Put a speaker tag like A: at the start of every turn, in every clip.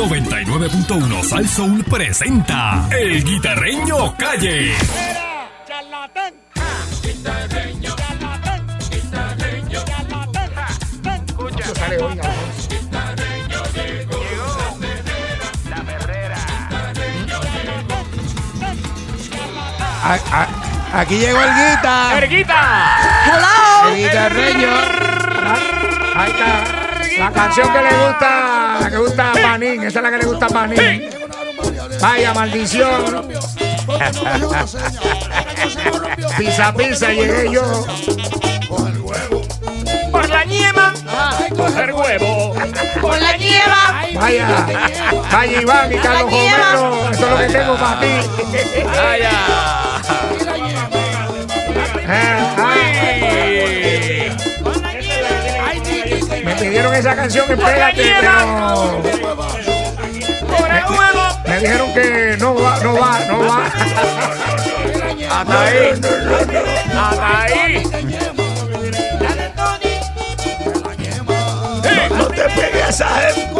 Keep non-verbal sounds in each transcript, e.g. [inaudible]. A: 99.1 Salsoul presenta El Guitarreño Calle.
B: Era charlatán. Guitarreño. Charlatán. Guitarreño. Charlatán. Ven, Escucha.
C: sale hoy, cabrón.
B: Charlatán. Ven, Charlatán.
C: A- a- aquí llegó el guita. El guitarreño. La- Ah, Ahí está. La canción que le gusta, la que gusta a Panín, esa es la que le gusta a Panín. Vaya maldición. Pisa, pisa, llegué yo.
D: Por la nieva. Coger huevo. Por la nieva.
C: Vaya, vaya Iván y Carlos Homero. Eso es lo que tengo para ti.
D: Vaya.
C: Eh, ah, Me pidieron esa canción, espérate, pero.
D: Coger huevo.
C: Me dijeron que no va, no va, no va.
D: Hasta ahí. Hasta ahí.
E: No te pegues a esa gente.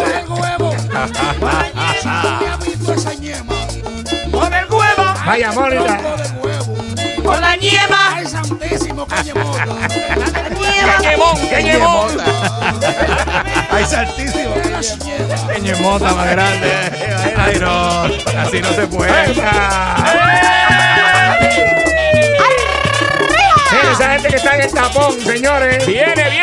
D: Con el huevo.
C: Vaya, Mónica.
D: Por la nieva. Que quemón, que quemón.
E: Ay, santísimo.
D: Ñemota más grande.
E: Ay, no. Así no se puede.
C: Esa. Mira, esa gente que está en el tapón, señores.
D: Viene,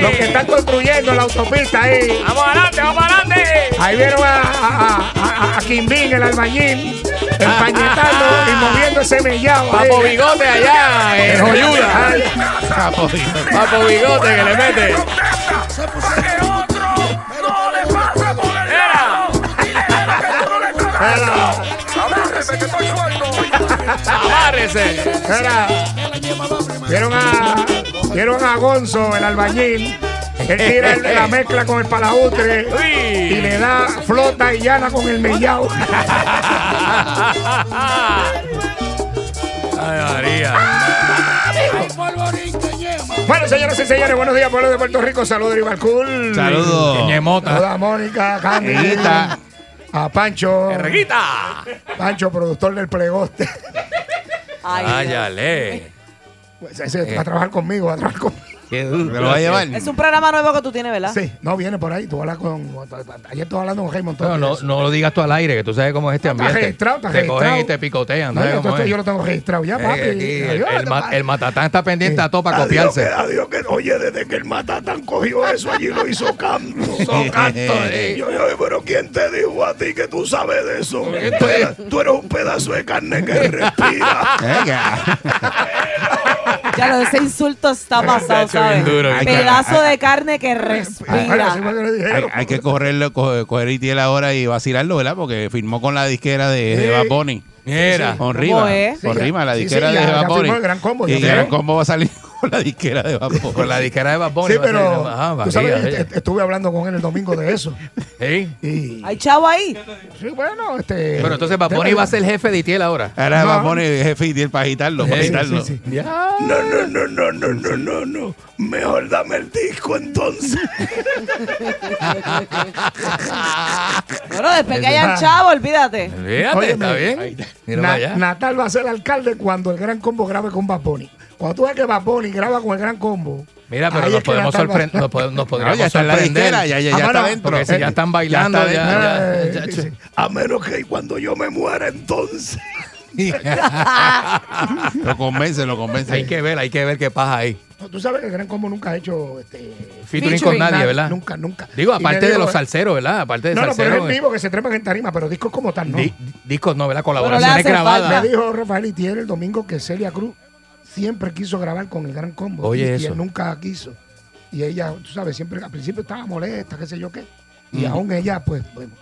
C: Los que
D: viene.
C: están construyendo la autopista ahí.
D: Vamos adelante, vamos adelante.
C: Ahí vieron a, a, a, a- a Quimbín, el albañil, empañetando y moviendo ese mellado. ahí.
D: Papo Bigote allá, en Joyuda.
C: Ay,
D: Papo Bigote que le mete.
F: Eh.
D: Era.
C: Era,
D: Amárrese.
C: era. Vieron a, vieron a Gonzo, el albañil. Él tira el- la mezcla con el palautre. y
D: Uy.
C: le da flota y llana con el
G: [laughs]
C: mellao.
D: Ay, María.
C: bueno, señoras y señores, buenos días, pueblo de Puerto Rico. Saludos, Ibarcul.
E: Saludos.
D: Ñemota.
C: Saludos a Mónica, Candidita,
E: Amiguita.
C: a Pancho,
D: Reguita.
C: Pancho, productor del plegoste.
D: Ah, Váyale.
C: Ese- Pues
G: Eh.
C: ese Va a trabajar conmigo, va a trabajar conmigo.
E: ¿Me lo va a llevar?
H: Es un programa nuevo que tú tienes, ¿verdad?
C: Sí, no viene por ahí. Tú hablas con. Ayer estuve hablando con Raymond.
G: No, no, no lo digas tú al aire, que tú sabes cómo es este
C: Está
G: ambiente.
C: registrado, está
G: te
C: registrado.
G: cogen y te picotean.
C: No,
G: ¿sabes
C: yo,
G: cómo
C: esto-
G: es?
C: yo lo tengo registrado ya,
G: Eh,
C: papi.
G: aquí, el,
C: Adiós,
G: el ma-
C: papi.
G: el matatán está pendiente
C: Sí.
G: a todo para
E: Adiós que,
G: copiarse.
E: adiós que, oye, desde que el Matatán cogió eso allí lo hizo canto.
G: [laughs]
E: Hizo canto.
G: eh.
E: Yo, yo, pero ¿quién te dijo a ti que tú sabes de eso? Tú eres, tú eres un pedazo de carne que respira.
H: Ya lo de ese insulto está pasado,
D: hecho bien
H: ¿sabes?
D: duro, bien
H: Pedazo de carne que
C: Ay, bueno, así
H: respira.
C: fue que le
I: Hay,
C: dijeron.
I: hay que correrlo, coger, coger ITL ahora y vacilarlo, ¿verdad? Porque firmó con la disquera de, de
C: Sí.
I: Bad Bunny.
D: Mira.
I: Con
H: ¿Cómo
I: Rima.
H: es?
I: Con
C: Sí, ya.
I: Rima, la
C: Sí,
I: disquera
C: sí, ya-
I: de
C: ya
I: Bad
C: firmó
I: Bunny.
C: el Gran Combo,
I: Y
C: yo
I: el
C: creo.
I: Gran Combo va a salir [laughs] con la disquera de Bad Bunny.
G: Con la disquera de Bad Bunny
C: Sí,
G: va a Ah, ser-
C: pero.
G: Ajá,
C: tú
G: María,
C: sabes, este-
G: oye.
C: est- estuve hablando con él el domingo de eso.
G: Sí.
C: Y.
H: Hay chavo ahí.
C: Sí, bueno, este.
G: Pero entonces Bad Bunny va a ser jefe de ITL ahora.
I: Ahora
C: No.
I: Bad Bunny es jefe ITL para agitarlo, para
G: Sí, sí,
I: agitarlo.
C: Sí, sí.
E: No, no, no, no, no, no, no, no. Mejor dame el disco entonces.
H: Bueno, después que hayan chavo, olvídate.
D: Fíjate,
C: Óyeme,
D: está
C: ahí
D: bien.
C: está.
G: Mira
C: Na-
G: para allá.
C: Natal va a ser alcalde cuando el Gran Combo grabe con Bad Bunny. Cuando tú ves que Bad Bunny graba con el Gran Combo.
G: Mira, pero
C: ahí
G: nos
C: es que
G: podemos
C: Natal va-
G: sorprender. Nos, pod- nos
I: Claro,
G: podríamos
I: ya está en la
G: sorprender.
I: disquera, ya, ya, ya
C: Ah, bueno,
I: está dentro.
G: Porque si ya están bailando,
I: está
G: ya.
I: dentro.
G: ya,
C: Eh,
G: ya,
C: sí, sí.
E: A menos que cuando yo me muera entonces.
I: [laughs] Lo convence, lo
G: ya.
I: convence.
G: Hay que ver, hay que ver qué pasa ahí.
C: No, Tú sabes que el Gran Combo nunca ha hecho este,
G: Featuring con nadie, ¿verdad?
C: Nunca, nunca.
G: Digo,
C: Y me
G: aparte de
C: dijo,
G: los
C: eh,
G: salseros, ¿verdad? Aparte de
C: No, no, pero es en
G: salseros. eh,
C: vivo que se trepan en tarima, pero discos como tal, no.
G: di- Ah. discos no, ¿verdad?
H: le
G: Colaboraciones
H: hace
C: Me
H: falta.
G: grabadas.
C: dijo Rafael Itier el domingo que Celia Cruz siempre quiso grabar con el Gran Combo.
G: Oye,
C: y, y
G: eso.
C: él nunca quiso. Y ella, tú sabes, siempre al principio estaba molesta, qué sé yo qué. Y
G: Mm.
C: aún ella, pues, bueno,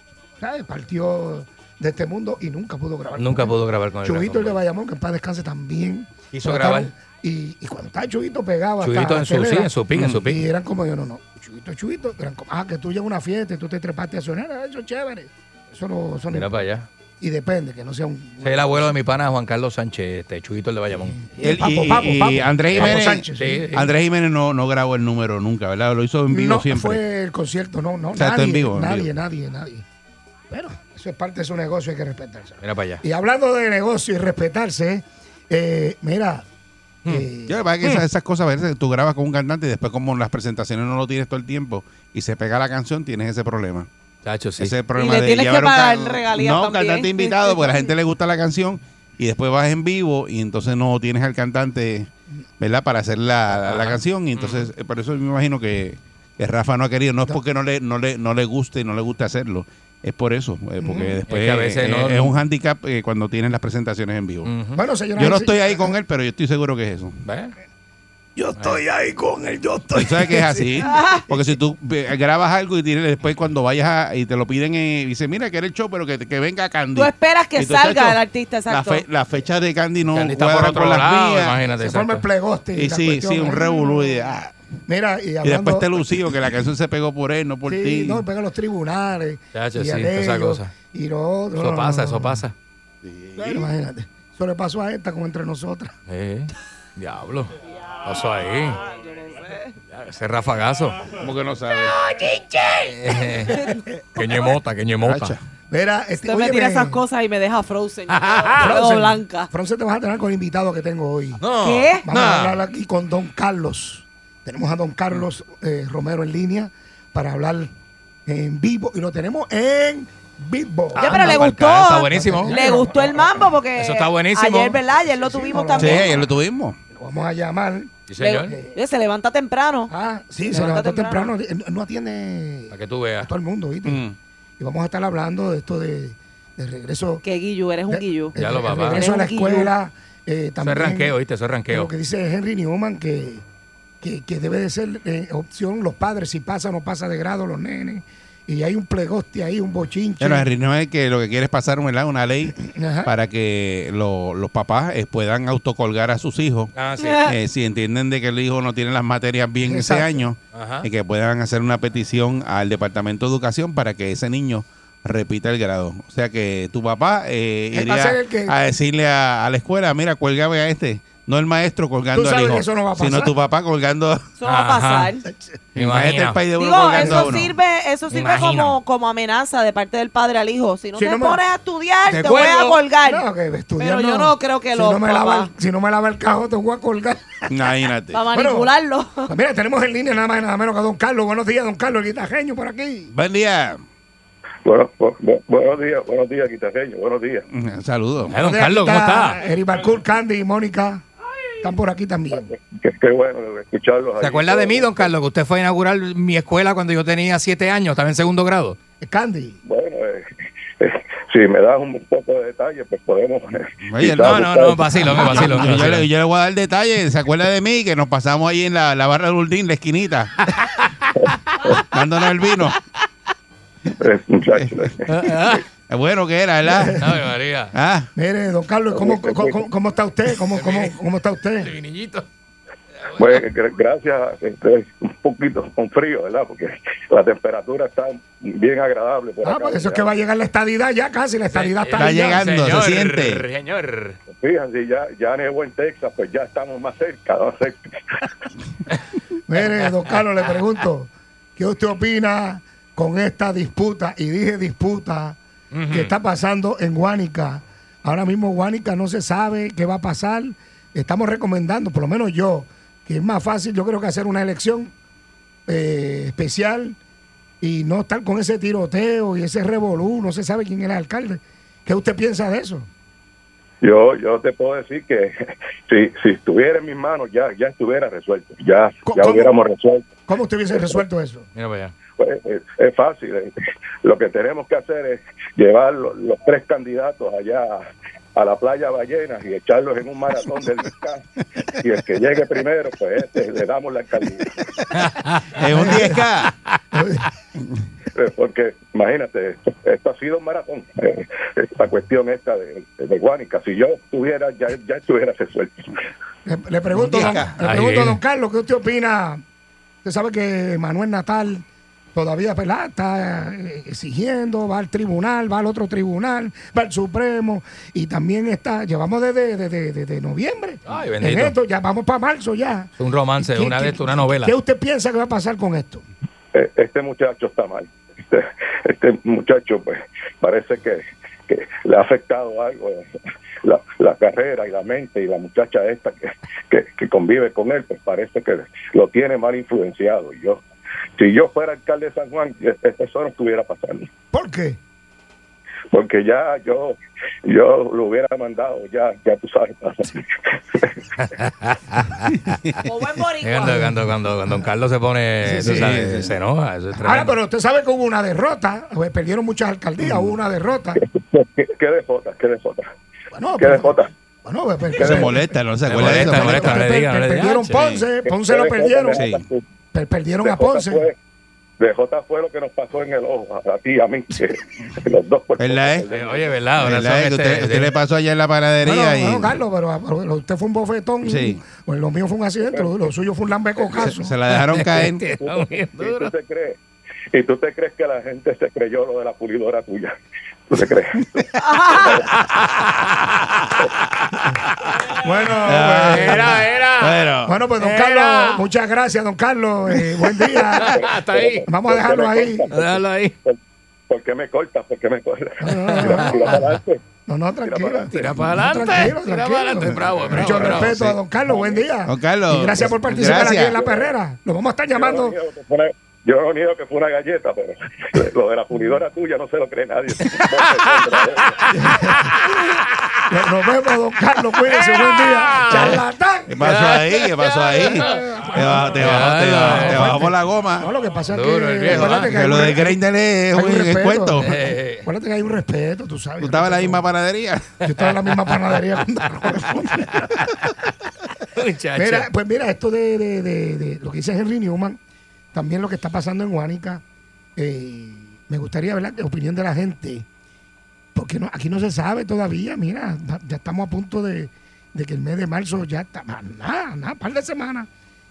C: ¿sabes? Partió de este mundo y nunca pudo grabar.
G: Nunca
C: con
G: pudo grabar con
C: él.
G: el
C: Chubito el
G: Gran
C: de
G: Combo.
C: Bayamón, que en paz descanse también.
G: Quiso
C: Pero estaba-
G: grabar.
C: Y, y cuando estaba Chubito pegaba.
G: Chubito
C: hasta
G: en su
C: Telera,
G: sí, en su pick, en su
C: Y
G: pic.
C: eran como yo, no, no. Chubito, Chubito, Gran Combo. Ah, que tú llegas a una fiesta y tú te trepaste a sonar, ah, eso es chévere. Eso no, eso no-
G: Mira para allá.
C: Y depende, que no sea un.
G: Es el abuelo de mi pana Juan Carlos Sánchez, este Chuito el de Bayamón.
I: Él- y- y- y Andrés
C: Papo
I: Jiménez-
C: Sánchez.
G: Sí, sí.
I: Andrés Jiménez no, no grabó el número nunca, ¿verdad? Lo hizo en vivo
C: no
I: siempre.
C: fue el concierto, no, no.
I: sea, está
C: nadie,
I: en vivo, en
C: nadie,
I: vivo.
C: nadie, nadie. Pero eso es parte de su negocio, hay que respetárselo.
G: Mira para allá.
C: Y hablando de negocio y respetarse, eh, mira.
I: Hmm.
C: eh,
I: Yo, lo que pasa es que esas, esas cosas, a veces tú grabas con un cantante y después, como las presentaciones no lo tienes todo el tiempo y se pega la canción, tienes ese problema.
G: Chacho, sí.
I: Ese es el problema
H: le
I: de
H: tienes que
I: llevar un
H: pagar
I: can-
H: regalías
I: No, un
H: también.
I: cantante invitado, porque a la gente le gusta la canción y después vas en vivo y entonces no tienes al cantante, ¿verdad? Para hacer la, la- la canción y entonces eh, por eso me imagino que, que Rafa no ha querido. No es porque no le no le no le guste y no le guste hacerlo. Es por eso, eh, porque después
G: Es que a veces
I: eh,
G: no-
I: es un handicap eh, cuando tienes las presentaciones en vivo.
C: bueno, señoras
I: Yo no
C: y-
I: estoy ahí con él, pero yo estoy seguro que es eso.
G: ¿Ve?
E: Yo estoy ahí con él,
A: [laughs]
E: yo estoy.
I: Tú sabes que
H: [laughs]
I: es así. Porque si tú eh, grabas algo y tienes- después cuando vayas a- y te lo piden, eh, dice, mira, que era el show, pero que, que venga Candy.
H: Tú esperas que
I: Y tú,
H: salga
I: chacho,
H: el artista,
I: La,
H: exacto.
I: fe- la fecha de Candy no
G: Candy está
I: cuadra
G: por otro
I: con las
G: lado,
I: mías.
G: imagínate.
C: Se forma el
G: exacto.
C: plegoste.
I: Y
C: la
I: sí,
C: cuestión.
I: sí, un revolú. Y, ah,
C: Mira, y
I: y después
C: hablando.
I: te lucido que la canción se pegó por él, no por
C: sí,
I: ti.
C: no, pega a los tribunales.
G: Chacho,
C: y
G: sí,
C: a
G: toda esa
C: ellos,
G: cosa.
C: Y no, no,
G: Eso
C: no,
G: pasa,
C: no,
G: eso
C: no.
G: pasa.
C: Claro, imagínate. Eso le pasó a esta como entre nosotras.
G: Eh, diablo. Pasó ahí. Ya, Ese rafagazo.
I: Como que no sabes.
G: Eh, que ñemota, que ñemota.
I: Hacha.
C: Mira, este,
H: Usted me
C: óyeme,
H: tira esas cosas y me deja frozen. yo
C: Fronce,
H: quedo blanca.
C: Fronce, te vas a tener con el invitado que tengo hoy.
G: No.
H: ¿Qué?
C: Vamos
G: Nah.
C: a hablar aquí con Don Carlos. Tenemos a Don Carlos eh, Romero en línea para hablar en vivo y lo tenemos en vivo.
H: Ya, pero le
G: Ah, pa'l
H: gustó.
G: carajo, está buenísimo.
H: Le gustó el mambo porque.
G: Eso está buenísimo.
H: Ayer, ¿verdad? Ayer lo tuvimos
I: Sí,
C: no,
H: también.
I: ayer lo tuvimos.
C: Lo vamos a llamar.
G: Sí, señor.
H: Le- Oye, se levanta temprano.
C: Ah, sí,
H: Se
C: se
H: levanta
C: levantó temprano. Eh, No atiende
G: Para que tú
C: a
G: veas.
C: todo el mundo, ¿viste?
I: Mm.
C: Y vamos a estar hablando de esto de, de regreso.
H: Que Guillo, eres un
C: de-
H: Guillo.
C: de-
G: Ya lo
C: de
G: va, va.
C: regreso a la
H: Eres un guillo.
C: escuela. eh,
G: Eso es
C: también
G: ranqueo, ¿viste? Eso es
C: Lo
G: ranqueo.
C: que dice Henry Newman que, que, que debe de ser eh, opción los padres si pasa o no pasa de grado los nenes. Y hay un plegoste ahí, un bochinche.
I: Pero Henry, no es que lo que quiere es pasar ¿verdad? una ley
H: Ah.
C: Ajá.
I: para que lo- los papás eh, puedan autocolgar a sus hijos.
G: Ah, sí.
I: [laughs] Eh, si entienden de que el hijo no tiene las materias bien
C: Exacto.
I: ese año,
G: Ajá.
I: y que puedan hacer una petición al Departamento de Educación para que ese niño repita el grado. O sea que tu papá eh,
C: Él va a
I: iría
C: ser el que-
I: a decirle a, a la escuela, mira, cuélgame a este. No el maestro colgando
C: Tú sabes
I: al hijo,
C: que eso no va a pasar.
I: sino tu papá colgando.
H: Eso va a
G: Ajá.
H: pasar.
I: Imagínate el
G: Imagina.
I: país de uno
H: Digo,
I: colgando a
H: eso
I: uno.
H: sirve, eso sirve
G: Imagino.
H: como, como amenaza de parte del padre al hijo. Si no
C: Si
H: te
C: no me-
H: pones a estudiar,
G: Te
H: te, voy a
G: cuelgo.
H: colgar.
C: No, que estudiar
H: Pero yo no creo que
C: si
H: los
C: no me lava,
H: papás-
C: el- Si no me lava el cajo, te voy
H: [laughs]
C: a colgar.
I: Imagínate.
H: Para
C: Bueno.
H: manipularlo.
C: Pues Mira, tenemos en línea nada más y nada menos que a don Carlos. Buenos días, don Carlos, el guitarreño por aquí.
I: Buen día.
J: Bueno, bu- bu- buenos días, buenos días, Quitajeño, buenos días.
I: Mm, Saludos.
G: Eh, don Carlos, ¿cómo está?
C: Eri Barcourt, Candy y Mónica están por aquí también.
J: Qué, qué bueno escucharlos.
G: ¿Se
J: ahí.
G: acuerda de mí, don Carlos? Que usted fue a inaugurar mi escuela cuando yo tenía siete años, estaba en segundo grado.
C: Eh, Candy,
J: Bueno, eh, eh, si me das un poco de detalle, pues podemos. eh,
I: Oye,
J: quizás
G: No, no, no,
I: [laughs]
J: buscar-
G: vacilo, me vacilo.
I: Yo, yo le, yo le voy a dar detalles. ¿Se acuerda de mí? Que nos pasamos ahí en la, la barra de Urdín, la esquinita. dándonos el vino.
J: eh, muchachos.
I: Es bueno que era, ¿verdad?
G: Ay, María.
I: Ah,
C: mire, don Carlos, ¿cómo, cómo, cómo- cómo está usted? ¿Cómo, cómo, cómo está usted?
G: Vinillito.
J: Pues gr- gracias, este, un poquito con frío, ¿verdad? Porque la temperatura está bien agradable. Por
C: Ah,
J: acá,
C: pues eso es que
J: ya.
C: va a llegar la estadidad ya casi, la estadidad está
I: Está
C: ahí ya.
I: llegando. se siente.
G: Señor.
J: Fíjense, ya, ya nevó en Texas, pues ya estamos más cerca. ¿no? Cerca.
C: Mire, don Carlos, le pregunto, ¿qué usted opina con esta disputa? Y dije disputa que está pasando en Guánica. Ahora mismo Guánica no se sabe qué va a pasar. Estamos recomendando, por lo menos yo, que es más fácil, yo creo que hacer una elección eh, especial y no estar con ese tiroteo y ese revolú, no se sabe quién es el alcalde. ¿Qué usted piensa de eso?
J: Yo, yo te puedo decir que [laughs] si, si estuviera en mis manos, ya, ya estuviera resuelto. Ya,
C: Co-
J: ya
C: ¿cómo?
J: hubiéramos resuelto.
C: ¿Cómo usted hubiese resuelto eso?
G: Mira para allá.
J: Pues, eh, es fácil. eh. [laughs] Lo que tenemos que hacer es llevar lo- los, tres candidatos allá a- a la playa Ballena y echarlos en un maratón de
C: [laughs]
J: 10K. Y el que llegue primero, pues este, le damos la alcaldía.
I: es un 10K.
J: Eh, Porque imagínate, esto, esto ha sido un maratón. eh, Esta cuestión esta de, de Guánica. Si yo estuviera, ya, ya estuviera resuelto.
C: Le, le pregunto, don,
I: Muñeca.
C: le
G: Ahí
C: pregunto a
G: viene.
C: don Carlos, ¿qué usted opina? Usted sabe que Manuel Natal todavía ¿verdad? está eh, exigiendo, va al tribunal, va al otro tribunal, va al Supremo y también está, llevamos desde, desde, desde noviembre.
G: Ay,
C: en
G: bendito.
C: esto, ya vamos para marzo ya.
G: Es un romance,
C: ¿Qué-
G: una
C: qué-
G: de esto, una novela.
C: ¿Qué usted piensa que va a pasar con esto?
J: Eh, Este muchacho está mal. [laughs] este, este muchacho pues parece que, que le ha afectado algo eh, la, la carrera y la mente y la muchacha esta que, que, que convive con él pues parece que lo tiene mal influenciado y yo si yo fuera alcalde de San Juan e, eso no estuviera pasando
C: ¿Por qué?
J: porque ya yo yo lo hubiera mandado ya ya tú sabes [laughs]
H: Como buen
G: Cuando,
H: boricua.
G: cuando, cuando, cuando don Carlos se pone,
C: Sí,
G: tú
C: sí.
G: sabes, se enoja, eso es
C: Ahora,
G: tremendo.
C: pero usted sabe que hubo una derrota, pues, perdieron muchas alcaldías, hubo una derrota.
J: qué, qué desota qué desota
C: Bueno,
J: qué desota
C: bueno, pues, pues,
I: Se
C: pues,
I: molesta, no se
G: Se
I: acuerda de
G: molesta,
I: eso.
G: molesta.
C: pues,
G: no le
C: pues,
G: diga, no le diga,
C: perdieron
G: sí.
C: Ponce, Ponce lo perdieron,
I: Sí.
C: per- perdieron a
J: DJ
C: Ponce.
J: Fue, DJ fue lo que nos pasó en el ojo, a ti, a mí, que [laughs] los dos pues, por
I: ¿Verdad, eh?
G: Eh, Oye, ¿verdad? Ahora
I: ¿Verdad, eh,
G: son
I: que
G: este-
I: usted, usted le pasó allá en la
C: Bueno,
I: panadería y
C: bueno, Carlos, pero, ah, pero lo- usted fue un bofetón.
I: Sí.
C: Pues lo mío fue un accidente, lo, lo suyo fue un lambecocazo.
I: se, se la
C: Este,
I: dejaron caer.
C: E.
G: este,
J: [laughs] ¿Y tú te crees? ¿Y tú te crees que la gente se creyó lo de la pulidora tuya? ¿Tú te
C: [laughs]
J: crees?
C: Bueno,
I: Ah.
C: pues,
G: Era, era.
I: Bueno,
C: bueno, pues don
G: Era.
C: Carlos, muchas gracias, don Carlos. eh, buen día.
G: Hasta ahí.
C: Vamos a dejarlo ahí.
G: Déjalo ahí.
J: ¿Por qué me cortas? ¿Por qué me cortas?
C: no,
J: Tira- tira para adelante.
C: No, no, tranquilo.
G: Tira para adelante.
C: Tranquilo,
G: Tira
C: tranquilo.
G: para adelante. Bravo, bravo.
C: Mucho
G: bravo.
C: respeto a don Carlos, buen día.
I: Don Carlos,
C: Y gracias por participar
I: gracias.
C: aquí en La Perrera. Lo vamos a estar
J: Yo no
C: llamando.
J: niego que fue una- Yo no niego que fue una galleta, pero lo de la pulidora tuya no se lo
D: [laughs]
J: cree nadie.
C: Nos nos vemos, don Carlos. Cuídense, buen día. Charlatán.
I: ¿Qué pasó ahí? ¿Qué pasó ahí? Te bajó, te bajó, te bajó, te bajó por la
C: No,
I: goma.
C: lo que pasa es
G: Duro
C: que.
G: el viejo,
C: acuérdate
G: ¿ah?
C: hay
I: Que lo
C: un-
I: de Grindel es
C: hay un
I: un
C: respeto.
I: cuento.
G: Eh,
C: Acuérdate que hay un respeto, tú sabes.
I: Tú estabas en la
C: Yo
I: misma panadería.
C: estaba en
I: [laughs]
C: la misma panadería. con Carlos.
G: [laughs] muchacho.
C: Mira, pues mira, esto de, de- de- de lo que dice Henry Newman, también lo que está pasando en Guánica, eh, me gustaría ver la opinión de la gente, porque no, aquí no se sabe todavía, mira, ya- ya estamos a punto de, de que el mes de marzo ya está, más nada, nada, par de semanas,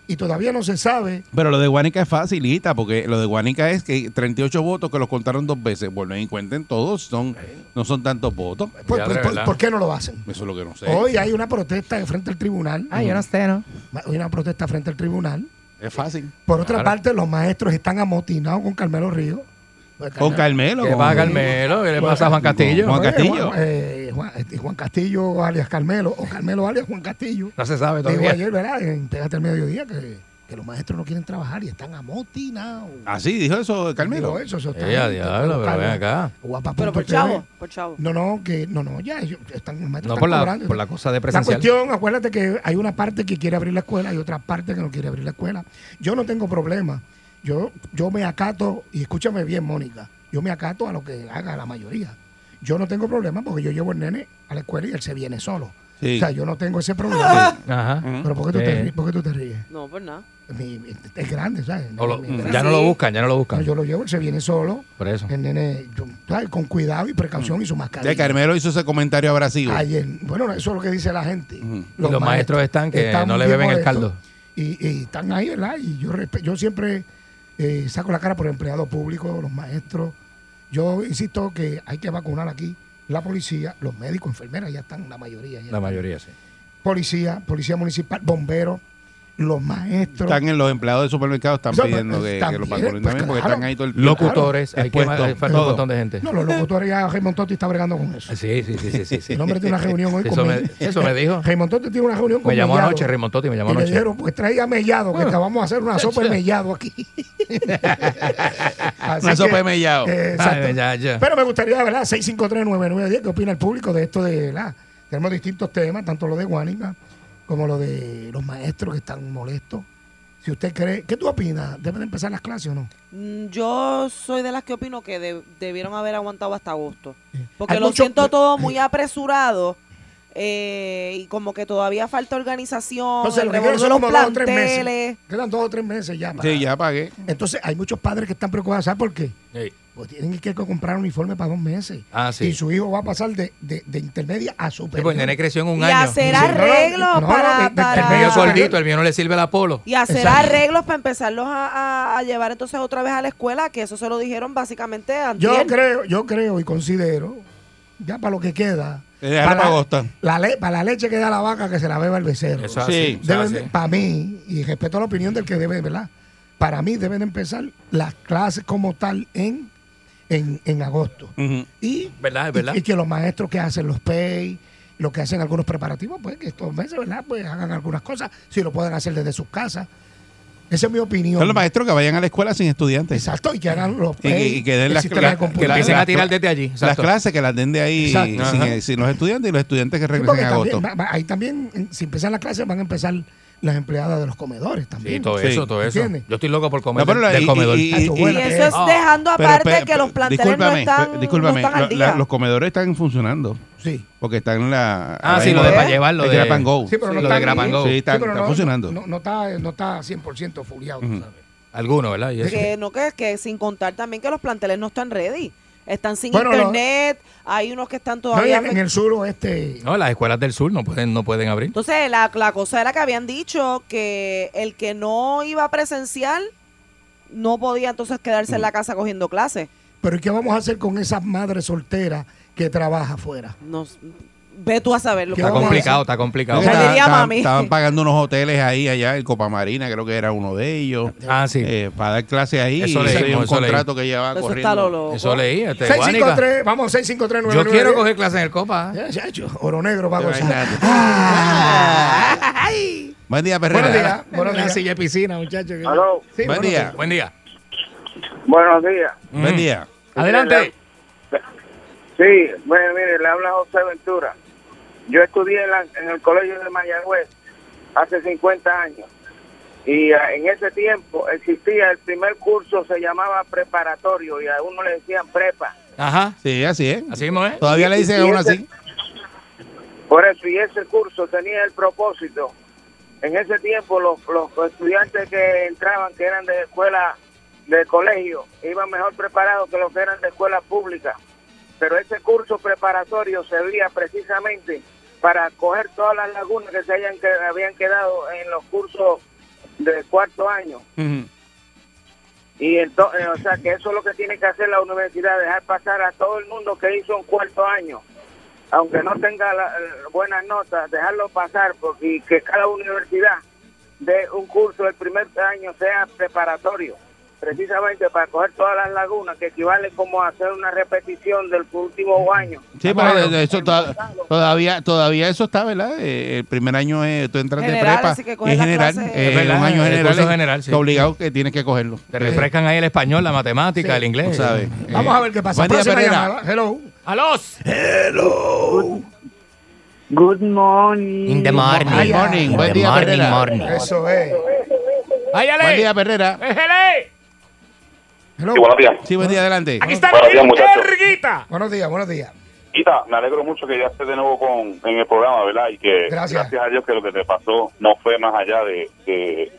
C: y todavía no se sabe.
I: Pero lo de Guanica es facilita, porque lo de Guanica es que 38 votos que los contaron dos veces. Vuelven y cuenten todos, son, no son tantos votos.
C: ¿Por,
G: Ya,
C: por-
G: de
C: por- pues,
G: verdad.
C: por qué no lo hacen?
I: Eso es lo que no sé.
C: Hoy hay una protesta frente al tribunal.
G: sé, ¿no?
C: Hoy hay una protesta frente al tribunal.
I: Es fácil.
C: Por otra
G: Claro.
C: parte, los maestros están amotinados con Carmelo Río. Pues,
I: Con Carmelo.
G: ¿Qué
I: con-
G: pasa, Carmelo? ¿Qué le pasa a Juan Castillo?
I: Juan
C: Oye,
I: Castillo.
C: Juan, eh, Juan, este, Juan Castillo alias Carmelo o Carmelo alias Juan Castillo.
G: No se sabe
C: Dijo
G: todavía.
C: ayer, ¿verdad? En Pégate al Mediodía que, que los maestros no quieren trabajar y están amotinados.
G: Ah,
I: Así Ah, dijo eso
C: Dijo
I: Carmelo.
C: Eso, eso está
G: Eh, a
C: ahí,
G: diablo,
C: está
G: pero ven
C: buscando.
G: acá.
C: Guapa
H: Pero por
C: punto TV.
H: chavo, por chavo.
C: No, no, que no, no, ya ellos están los maestros
G: No
C: están
G: por la,
C: cobrando.
G: por la cosa de
C: La
G: presencial.
C: cuestión, acuérdate que hay una parte que quiere abrir la escuela y otra parte que no quiere abrir la escuela. Yo no tengo problema. Yo, yo me acato, y escúchame bien, Mónica, yo me acato a lo que haga la mayoría. Yo no tengo problema porque yo llevo el nene a la escuela y él se viene solo.
I: Sí.
C: O sea, yo no tengo ese problema.
G: Ajá.
C: Pero ¿por qué, tú te,
G: Sí.
C: ríes? ¿por qué tú te ríes?
H: No, pues nada.
C: Mi- mi- es grande, ¿sabes?
G: O lo-
C: Mi- mi-
G: ya no lo buscan, ya no lo
C: No,
G: buscan.
C: yo lo llevo, él se viene solo.
G: Por eso.
C: El nene, yo- ¿sabes? con cuidado y precaución y su
I: Ya
C: mascarilla.
I: Carmelo hizo ese comentario abrasivo.
C: Ayer. Bueno, eso es lo que dice la gente.
G: Y los maestros están que no le
C: bien
G: beben el
C: molestos
G: caldo.
C: Y, y están ahí, ¿verdad? Y yo, respe- yo siempre eh, saco la cara por empleados públicos, los maestros. Yo insisto que hay que vacunar aquí la policía, los médicos, enfermeras, ya están la mayoría. ya
G: La
C: están.
G: mayoría, sí.
C: Policía, policía municipal, bomberos, los maestros.
I: Están en los empleados de supermercados, están
C: Eso,
I: pidiendo
C: pues,
I: que, que
C: también,
I: los vacunen
C: pues,
I: también, porque
C: claro.
I: están ahí todo el tiempo.
G: Locutores, hay que
I: Expuesto,
G: hay- falta un
I: todo.
G: montón de gente.
C: No, los locutores ya Raymond Totti está bregando con eso.
G: Sí, sí, sí, sí, sí, sí.
C: El hombre tiene una reunión hoy
G: [laughs] Eso
C: con
G: me,
C: Mell-
G: eso me dijo.
C: Raymond Totti tiene una reunión con
G: Me llamó
C: Mellado.
G: anoche, Raymond Totti me llamó
C: Y le
G: anoche.
C: dijeron, pues traía mellado, que te vamos a hacer
G: [laughs]
C: una sopa de mellado aquí. Así
I: Una sopa
C: que,
I: de mellado.
C: eh, exacto.
G: Ay, ya, ya.
C: Pero me gustaría, ¿verdad? 6539910, ¿qué opina el público de esto de la? Tenemos distintos temas, tanto lo de Guánica como lo de los maestros que están molestos. Si usted cree, ¿qué tú opinas? ¿Deben de empezar las clases o no?
H: Mm, Yo soy de las que opino que de- debieron haber aguantado hasta agosto. Porque
C: Hay
H: lo
C: mucho- Pues,
H: siento todo muy apresurado. eh, y como que todavía falta organización,
C: Entonces,
H: el
C: lo que quedan
H: revolver de
C: son
H: los
C: como dos o tres meses.
H: planteles.
C: Quedan dos o tres meses ya. para-
I: Sí, ya pagué.
C: Entonces, hay muchos padres que están preocupados, ¿sabes por qué? Pues tienen que comprar un uniforme para dos meses.
G: Ah, sí.
C: Y su hijo va a pasar de, de, de intermedia a
G: Sí,
C: superior.
G: pues el nene creció en un
H: Y
G: año.
H: hacer
C: Sí, no, no,
H: arreglos
C: no, de-
H: para...
C: de-
H: para-
G: El mío es
C: Ah. solito.
G: gordito, el mío no le sirve el Apolo.
H: Y hacer
C: Exacto.
H: arreglos para empezarlos a, a- a llevar entonces otra vez a la escuela, que eso se lo dijeron básicamente antes.
C: Yo creo, yo creo y considero, ya para lo que queda,
I: Eh, déjalo para
C: la-
I: agosto.
C: la, le- para la leche que da la vaca que se la beba el becerro.
G: Eso es
I: Sí.
G: así. eso es
C: Deben de-
G: así.
C: para mí, y respeto la opinión del que debe, ¿verdad? Para mí deben empezar las clases como tal en en, en agosto.
I: Ujú.
C: Y,
K: ¿Verdad? Es verdad.
C: y- y que los maestros que hacen los PEI, lo que hacen algunos preparativos, pues que estos meses, ¿verdad? Pues hagan algunas cosas, si lo pueden hacer desde sus casas. Esa es mi opinión.
I: Son los maestros que vayan a la escuela sin estudiantes.
C: Exacto, y que hagan los
I: Y, que-
C: PEI,
I: y que den
C: el
I: las
C: sistema de
I: la-
C: compu-
G: que
I: la-
G: empiecen
I: la-
G: a tirar desde allí,
I: Las
G: exacto.
I: clases que las den de ahí
C: Exacto.
I: sin,
K: Ajá.
I: sin los estudiantes y los estudiantes que
C: Sí,
I: regresen
C: porque
I: en
C: también
I: agosto.
C: va- va- ahí también, en- si empiezan las clases, van a empezar las empleadas de los comedores también.
G: Sí, todo
I: Sí.
G: eso, todo eso.
C: ¿Entiendes?
G: Yo estoy loco por comer
I: No, pero
G: del
I: y-
G: comedor.
I: y-
C: Tacho,
H: Y
C: bueno,
H: eso es
G: Ah,
H: dejando
I: Pero,
H: aparte
I: pe-
H: que
I: pe-
H: los planteles no
I: discúlpame,
H: están,
I: pe- discúlpame,
H: no están al
I: lo- la-
H: día.
I: los comedores están funcionando
C: Sí,
I: porque están en la.
G: Ah,
I: ahora
G: sí, lo
I: mismo
G: de
I: es-
G: para llevar, lo
I: es
G: de-
I: Grab and Go.
C: Sí, pero no
G: lo
C: está
G: de Grab and
C: ni-
G: Go.
I: Sí, está,
C: Sí, pero
I: está
C: no-
I: funcionando.
C: No, no está, no está 100% fuleado, tú
I: Ujú.
C: ¿sabes?
G: Alguno, ¿verdad? Y eso.
H: que no que, que sin contar también que los planteles no están ready. Están sin
C: Bueno, lo-
H: internet, hay unos que están
C: No, y
H: todavía
C: en, en el suroeste.
G: No, las escuelas del sur no pueden, no pueden abrir.
H: Entonces, la, la cosa era que habían dicho que el que no iba presencial no podía entonces quedarse en la casa cogiendo clases.
C: Pero ¿y qué vamos a hacer con esas madres solteras que trabaja afuera?
H: Nos, ve tú a saber lo
C: Qué
H: que
G: Está
C: vamos a
G: complicado, está complicado.
H: Ya
I: Estaban-
H: diría
I: estaban-
H: mami.
I: Estaban pagando unos hoteles ahí, allá, el Copamarina, creo que era uno de ellos.
G: Ah, sí.
I: eh, para dar clases ahí.
G: Eso
I: y
G: leímos,
I: es un
G: eso
I: contrato que llevaba
H: Eso
I: corriendo.
H: está lo loco.
G: Eso leí. Este, Guánica.
C: 653, vamos, 653
G: Yo quiero coger clases en el Copa. ¿eh?
C: Ya, chacho, oro negro va a
I: Ahí
C: gozar.
I: está.
C: Ah.
I: Buen día, Perrera.
C: Buenos días, buenos
G: Una
C: días.
G: silla de piscina, muchachos.
D: Aló,
C: Sí,
I: Buen
C: buenos
I: día.
G: Buen día.
D: buenos días.
G: Mm.
I: Buen día.
G: Adelante.
D: Sí, bueno, mire, le habla José Ventura. Yo estudié en, la- en el colegio de Mayagüez hace 50 años y ah, en ese tiempo existía el primer curso, se llamaba preparatorio y a uno le decían prepa.
G: Ajá.
I: Sí, así es.
G: Así mismo, ¿eh?
I: Todavía le dicen a uno así.
D: Por eso, y ese curso tenía el propósito. En ese tiempo los, los estudiantes que entraban, que eran de escuela, de colegio, iban mejor preparados que los que eran de escuela pública. Pero ese curso preparatorio servía precisamente para coger todas las lagunas que se hayan, que habían quedado en los cursos de cuarto año.
I: Ujú.
D: Y entonces, o sea, que eso es lo que tiene que hacer la universidad, dejar pasar a todo el mundo que hizo un cuarto año, aunque no tenga la- la- buenas notas, dejarlo pasar porque y que cada universidad de un curso del primer año sea preparatorio, precisamente para coger todas las lagunas, que equivale como a hacer una repetición del último año.
I: Sí,
G: Vamos a
I: pero
G: ver.
I: eso to- todavía, todavía eso está, ¿verdad? Eh, el primer año es, tú entras de
H: General,
I: prepa,
H: así que coges
I: es
H: la
I: general,
H: clase-
I: eh,
G: Es verdad,
I: un año
G: el
I: general,
G: curso
I: es
G: general, sí.
I: obligado que tienes que cogerlo.
G: Te refrescan ahí el español, la matemática,
C: Sí.
G: el inglés.
I: Tú sabes.
C: días. Vamos
I: Eh,
C: a ver qué pasa.
I: buen día,
C: Próxima
I: Pereira.
C: llamada. Hello.
G: ¡A los!
L: Hello.
M: Good morning.
G: In the
C: Ay,
G: morning.
C: ay.
I: Morning, buen día,
G: Morning,
I: Perrera.
G: morning.
C: Eso es.
G: ¡Ay,
I: Buen
G: Ale!
I: día, Perrera.
G: ¡Éjele!
C: Hello.
D: Sí, buenos días.
I: Sí, buen día, adelante.
G: ¡Aquí está
D: Buenos días,
G: el
D: muchachos.
G: Erguita!
C: Buenos días, buenos días.
D: Quita, me alegro mucho que ya estés de nuevo con, en el programa, ¿verdad? Y que
C: Gracias.
D: a Dios que lo que te pasó no fue más allá de, de,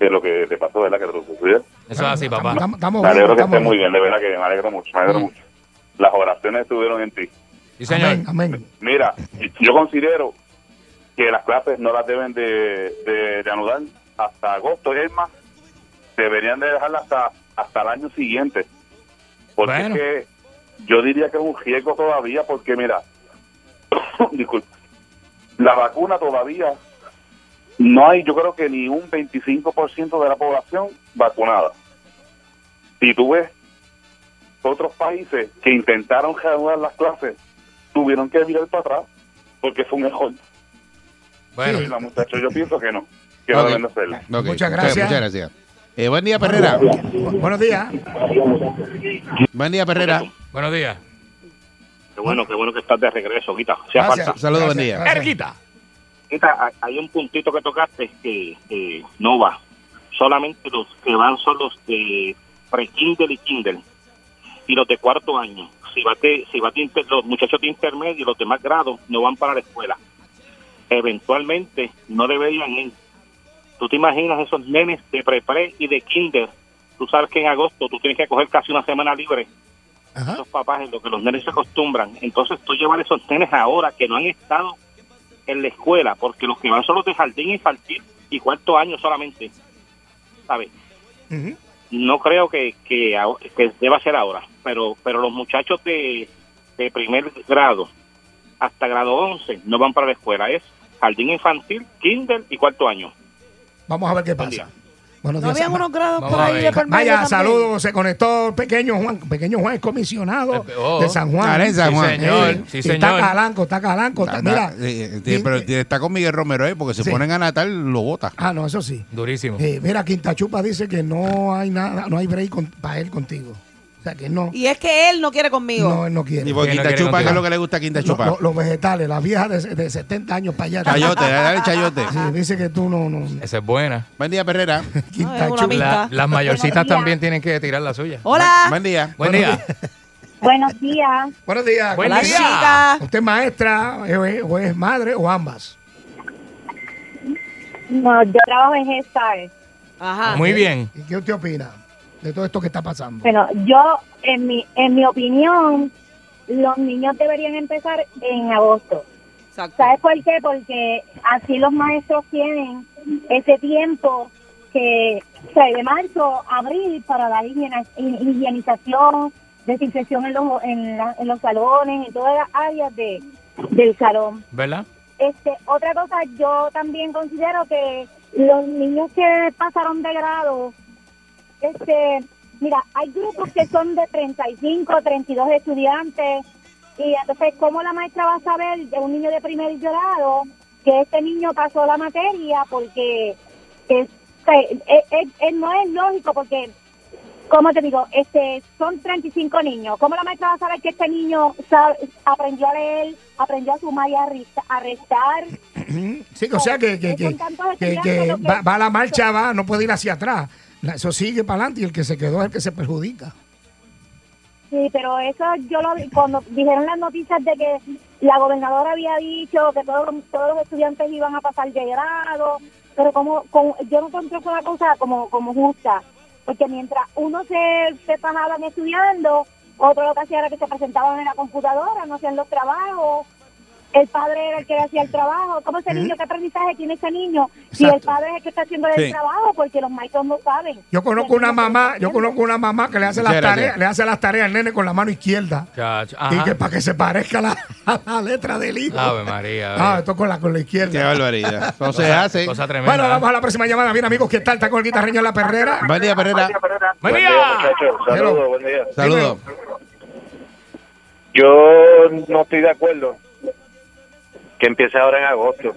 D: de lo que te pasó, ¿verdad? Que te sucedió.
G: Eso es así, papá.
C: Estamos- Estamos
D: Me alegro
C: bien,
D: que
C: estamos
D: estés muy bien, de verdad que me alegro mucho, me alegro mucho. Las oraciones estuvieron en ti.
G: Sí,
C: Amén,
G: señor.
C: amén.
D: Mira, yo considero que las clases no las deben de, de- de anudar hasta agosto, es más, deberían de dejarlas hasta, hasta el año siguiente. Porque
G: Bueno.
D: es que yo diría que es un riesgo todavía, porque mira, [coughs] disculpa, la vacuna todavía no hay, yo creo que ni un 25% de la población vacunada. Si tú ves otros países que intentaron reanudar las clases, tuvieron que mirar para atrás porque fue un error.
G: Bueno.
D: Y la muchacha, yo pienso que no, que
I: Ok.
D: no deben de hacerlo.
I: Ok,
C: Muchas gracias.
I: Muchas gracias. Eh, buen día, Perrera.
C: Bu- Buenos días.
I: Buen día, Perrera.
G: Buenos días.
D: Qué bueno, qué bueno que estás de regreso, Guita. Se
C: Gracias.
I: Saludos, buen día.
C: gracias.
G: ¡Erguita!
D: Guita, hay un puntito que tocaste que eh, no va. Solamente los que van son los de pre-Kindle y Kindle. Y los de cuarto año. Si va de- si va de inter- los muchachos de intermedio, los de más grado, no van para la escuela. Eventualmente no deberían ir. Tú te imaginas esos nenes de pre-pre y de Kinder. Tú sabes que en agosto tú tienes que coger casi una semana libre
C: Ajá.
D: los papás en lo que los nenes se acostumbran. Entonces tú llevar esos nenes ahora que no han estado en la escuela, porque los que van son los de jardín infantil y cuarto año solamente, ¿sabes?
C: Ujú.
D: No creo que, que, aho- que deba ser ahora, pero pero los muchachos de, de primer grado hasta grado 11 no van para la escuela, es jardín infantil, kinder y cuarto año.
C: Vamos a ver qué
D: Buen
C: pasa. Buenos
H: No
C: días,
H: habían
C: Sandra.
H: unos grados
D: Vamos
H: por
D: a
H: ahí
D: ver.
H: de por medio
C: Vaya,
H: también?
C: saludos, se conectó pequeño Juan, pequeño Juan es comisionado
D: Eh, oh.
C: de San Juan.
I: Ah, en San
C: Sí,
I: Juan.
D: señor, sí,
C: y
D: señor.
C: Está calanco, está calanco, está-
I: Ah,
C: mira.
I: eh, eh,
C: Quin-
I: pero está con Miguel Romero ahí, porque si
C: Sí.
I: ponen a Natal, lo bota.
C: ah, no, eso sí.
G: Durísimo.
C: Eh, mira, Quintachupa dice que no hay nada, no hay break para él contigo. O sea que no,
H: Y es que él no quiere conmigo.
C: no, él no
I: Y
C: quiere.
I: por
G: Que no
I: Quinta
G: quiere
I: Chupa, ¿qué
G: contigo.
I: es lo que le gusta a Quinta
C: Lo-
I: Chupa?
C: lo- los vegetales, las viejas de, de 70 años para allá.
I: Chayote, dale chayote.
C: Sí, dice que tú no, no.
G: Esa es buena.
I: Buen día,
H: No,
I: Perrera.
H: es una
C: Quintachupa.
G: La-
H: amistad.
G: las mayorcitas también tienen que tirar la suya.
I: Buen-
H: Hola.
I: Buen día.
G: Buen día.
F: Buenos días.
C: Buenos días.
G: Buen
H: Hola,
G: día.
H: chica.
C: ¿Usted es maestra eh, o es- o es madre o ambas?
F: No, yo trabajo en Gestar.
H: Ajá.
G: Muy bien.
C: ¿Y qué usted opina de todo esto que está pasando?
H: Pues,
F: Bueno, yo, en mi, en mi opinión, los niños deberían empezar en agosto.
H: Exacto.
F: ¿Sabes por qué? Porque así los maestros tienen ese tiempo que, o sea, de marzo a abril para la higiena- hi- higienización, desinfección en los, en, la- en los salones, en todas las áreas de, del salón.
G: ¿Verdad?
F: Este, otra cosa, yo también considero que los niños que pasaron de grado, este, mira, hay grupos que son de 35, 32 estudiantes, y entonces, ¿cómo la maestra va a saber de un niño de primer grado que este niño pasó la materia? Porque es- es- es- es- no es lógico, porque ¿Cómo te digo? Este, son 35 niños. ¿Cómo la maestra va a saber que este niño sabe- aprendió a leer, aprendió a sumar y a, resta- a restar?
C: Sí, o sea que, que, que-
F: Son tantos
C: que-
F: estudiantes
C: que
F: los que-
C: va, va a la marcha, va, no puede ir hacia atrás. La- Eso sigue para adelante y el que se quedó es el que se perjudica.
F: Sí, pero eso yo lo vi cuando dijeron las noticias de que la gobernadora había dicho que todos, los- todos los estudiantes iban a pasar de grado, pero como, como- yo no encontré una cosa como, como justa, porque mientras unos se, se pasaban estudiando, otro lo que hacía era que se presentaban en la computadora, no hacían los trabajos, el padre era el que hacía el trabajo, ¿cómo ese niño, qué aprendizaje tiene ese niño? Si el
C: Exacto.
F: padre es el que está haciendo el
I: Sí.
F: trabajo, porque los maestros no saben.
C: Yo conozco una mamá, yo conozco una mamá que le hace las
I: Muchas gracias.
C: tareas, le hace las tareas al nene con la mano izquierda.
G: Chacho.
C: Y que
G: Ajá.
C: para que se parezca la, [laughs] a la letra del hijo.
G: Ave María.
C: Ah, esto con la, con la
I: Qué
C: izquierda. [laughs]
I: barbaridad. No se hace.
G: Cosa tremenda. ¿eh?
C: Bueno, vamos a la próxima llamada. Mira, amigos, ¿qué tal? Está con el guitarreño en la perrera.
I: Buen día, Perrera.
G: Buen
J: Buen
G: día.
J: día, muchachos. Saludos, buen día.
I: Saludos.
J: Yo no estoy de acuerdo que empiece ahora en agosto.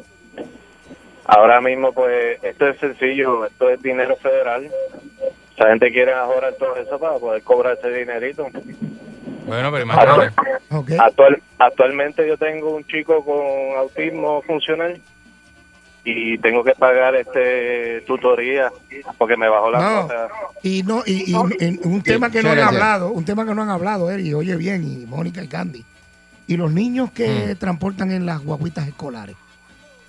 J: Ahora mismo, pues, esto es sencillo, esto es dinero federal. La gente quiere ahorrar todo eso para poder cobrar ese dinerito.
G: Bueno, pero imagínate.
C: Ok.
J: Actual- actualmente yo tengo un chico con autismo funcional y tengo que pagar este tutoría porque me bajó la
C: No.
J: nota.
C: Y no, y, y- y un tema que no han
I: muchas gracias.
C: hablado, un tema que no han hablado, Eri, oye bien, y Mónica y Candy. Y los niños
I: Mm.
C: que transportan en las guaguitas escolares.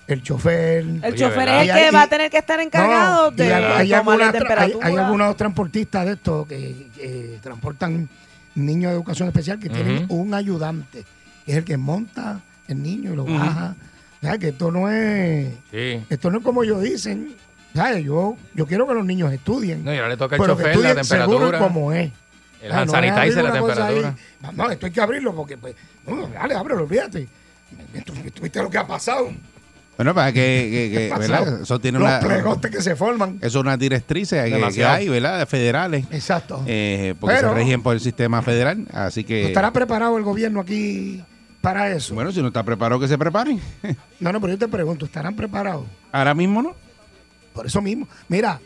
C: El chofer.
H: El
G: Oye,
H: chofer
G: ¿verdad?
H: es el
C: Y-
H: que
C: y-
H: va a tener que estar encargado
C: No, y
H: de
C: hay, hay
H: tomar
C: algunas
H: la
C: tra- hay-
H: temperatura.
C: hay algunos transportistas de estos que, que transportan niños de educación especial que tienen
G: Ujú.
C: un ayudante, que es el que monta el niño y lo baja. O sea, que esto no es,
G: Sí.
C: esto no es como ellos dicen. ¿Sabes? Yo, yo quiero que los niños estudien.
G: No, y ahora le toca el
C: pero que
G: chofer, la
C: estudien seguro y
G: temperatura.
C: como es.
G: El
C: Ah,
G: hand
C: no, deja abrir
G: sanitizer, la
C: una cosa
G: temperatura.
C: ahí. No, esto hay que abrirlo porque, pues, no, dale, ábrelo, olvídate. Tú, tú viste lo que ha pasado.
I: Bueno, para que, que-
C: ¿Qué
I: que
C: ha
I: ¿verdad?
C: pasado?
I: Eso tiene
C: Los
I: una.
C: plegostes que se forman.
I: Eso es una directrices que- que,
G: Demasiado.
I: hay, ¿verdad? Federales.
C: Exacto.
I: eh, porque
C: Pero-
I: se rigen por el sistema federal. Así
C: ¿No
I: que.
C: estará preparado el gobierno aquí para
I: Eh,
C: eso?
I: Bueno, si no está preparado, que se preparen. [laughs]
C: No, no, pero yo te pregunto, ¿estarán preparados?
I: Ahora mismo no.
C: Por eso mismo. Mira.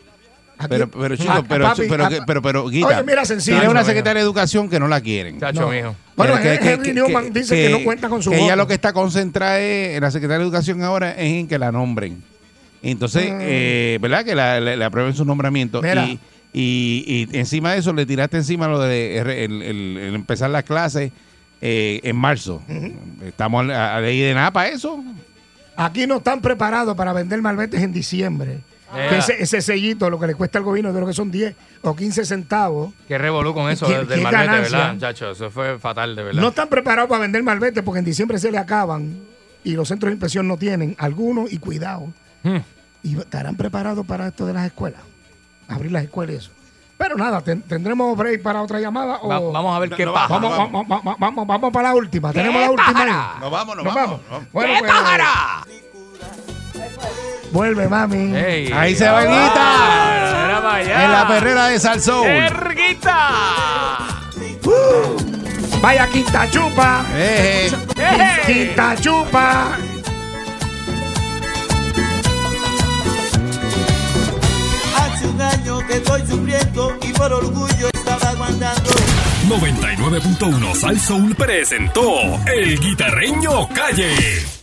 C: aquí-
I: Pero, pero, chico,
C: Ah,
I: pero,
C: papi,
I: pero,
C: ah,
I: pero, pero, Guita,
C: Oye, mira, sencillo.
I: tiene una
G: Chacho,
I: secretaria de educación que no la quieren.
G: Chacho,
C: No.
G: mijo.
C: Bueno,
I: Que- que-
C: Henry
I: que-
C: Newman dice que, no cuenta con su
I: que ella
C: voto.
I: lo que está concentrada es, la secretaria de Educación ahora es en que la nombren. Entonces, eh, ¿verdad? Que la, le- le aprueben su nombramiento.
C: Mm. Mira.
I: Y, y- y encima de eso, le tiraste encima lo de el, el- el- el empezar las clases eh, en marzo. Estamos a, a ley de nada para eso.
C: Aquí no están preparados para vender malbetes en diciembre.
I: Ah.
G: Yeah.
C: Que ese, ese sellito, lo que le cuesta al gobierno, creo que son 10 o 15 centavos.
G: Qué revolú con eso
C: ¿Qué-
G: del
C: qué
G: del malvete,
C: ganancia?
G: ¿verdad, chacho? Eso fue fatal, de verdad.
C: No están preparados para vender malvete porque en diciembre se le acaban y los centros de impresión no tienen algunos y cuidado.
G: Hmm.
C: ¿Y estarán preparados para esto de las escuelas? Abrir las escuelas y eso. Pero nada, ten- ¿tendremos break para otra llamada? O
G: Va- vamos a ver qué pasa.
I: baja.
C: Vamos,
I: Vamos.
C: vamos, vamos, vamos, vamos para la última. Tenemos la última. ahí.
I: Nos vamos, nos
C: Nos
I: vamos,
C: vamos.
I: nos vamos.
C: Bueno, pues, Vuelve, mami.
G: Ey,
I: Ahí se va Guita.
G: ah, era
D: vaya.
N: En la perrera de Salsón.
D: ¡Erguita!
C: Vaya quinta chupa.
N: Eh,
D: eh.
C: Quinta chupa.
G: Hace un año que estoy sufriendo y por orgullo estaba aguantando.
A: 99.1 Sal Soul presentó El Guitarreño Calle.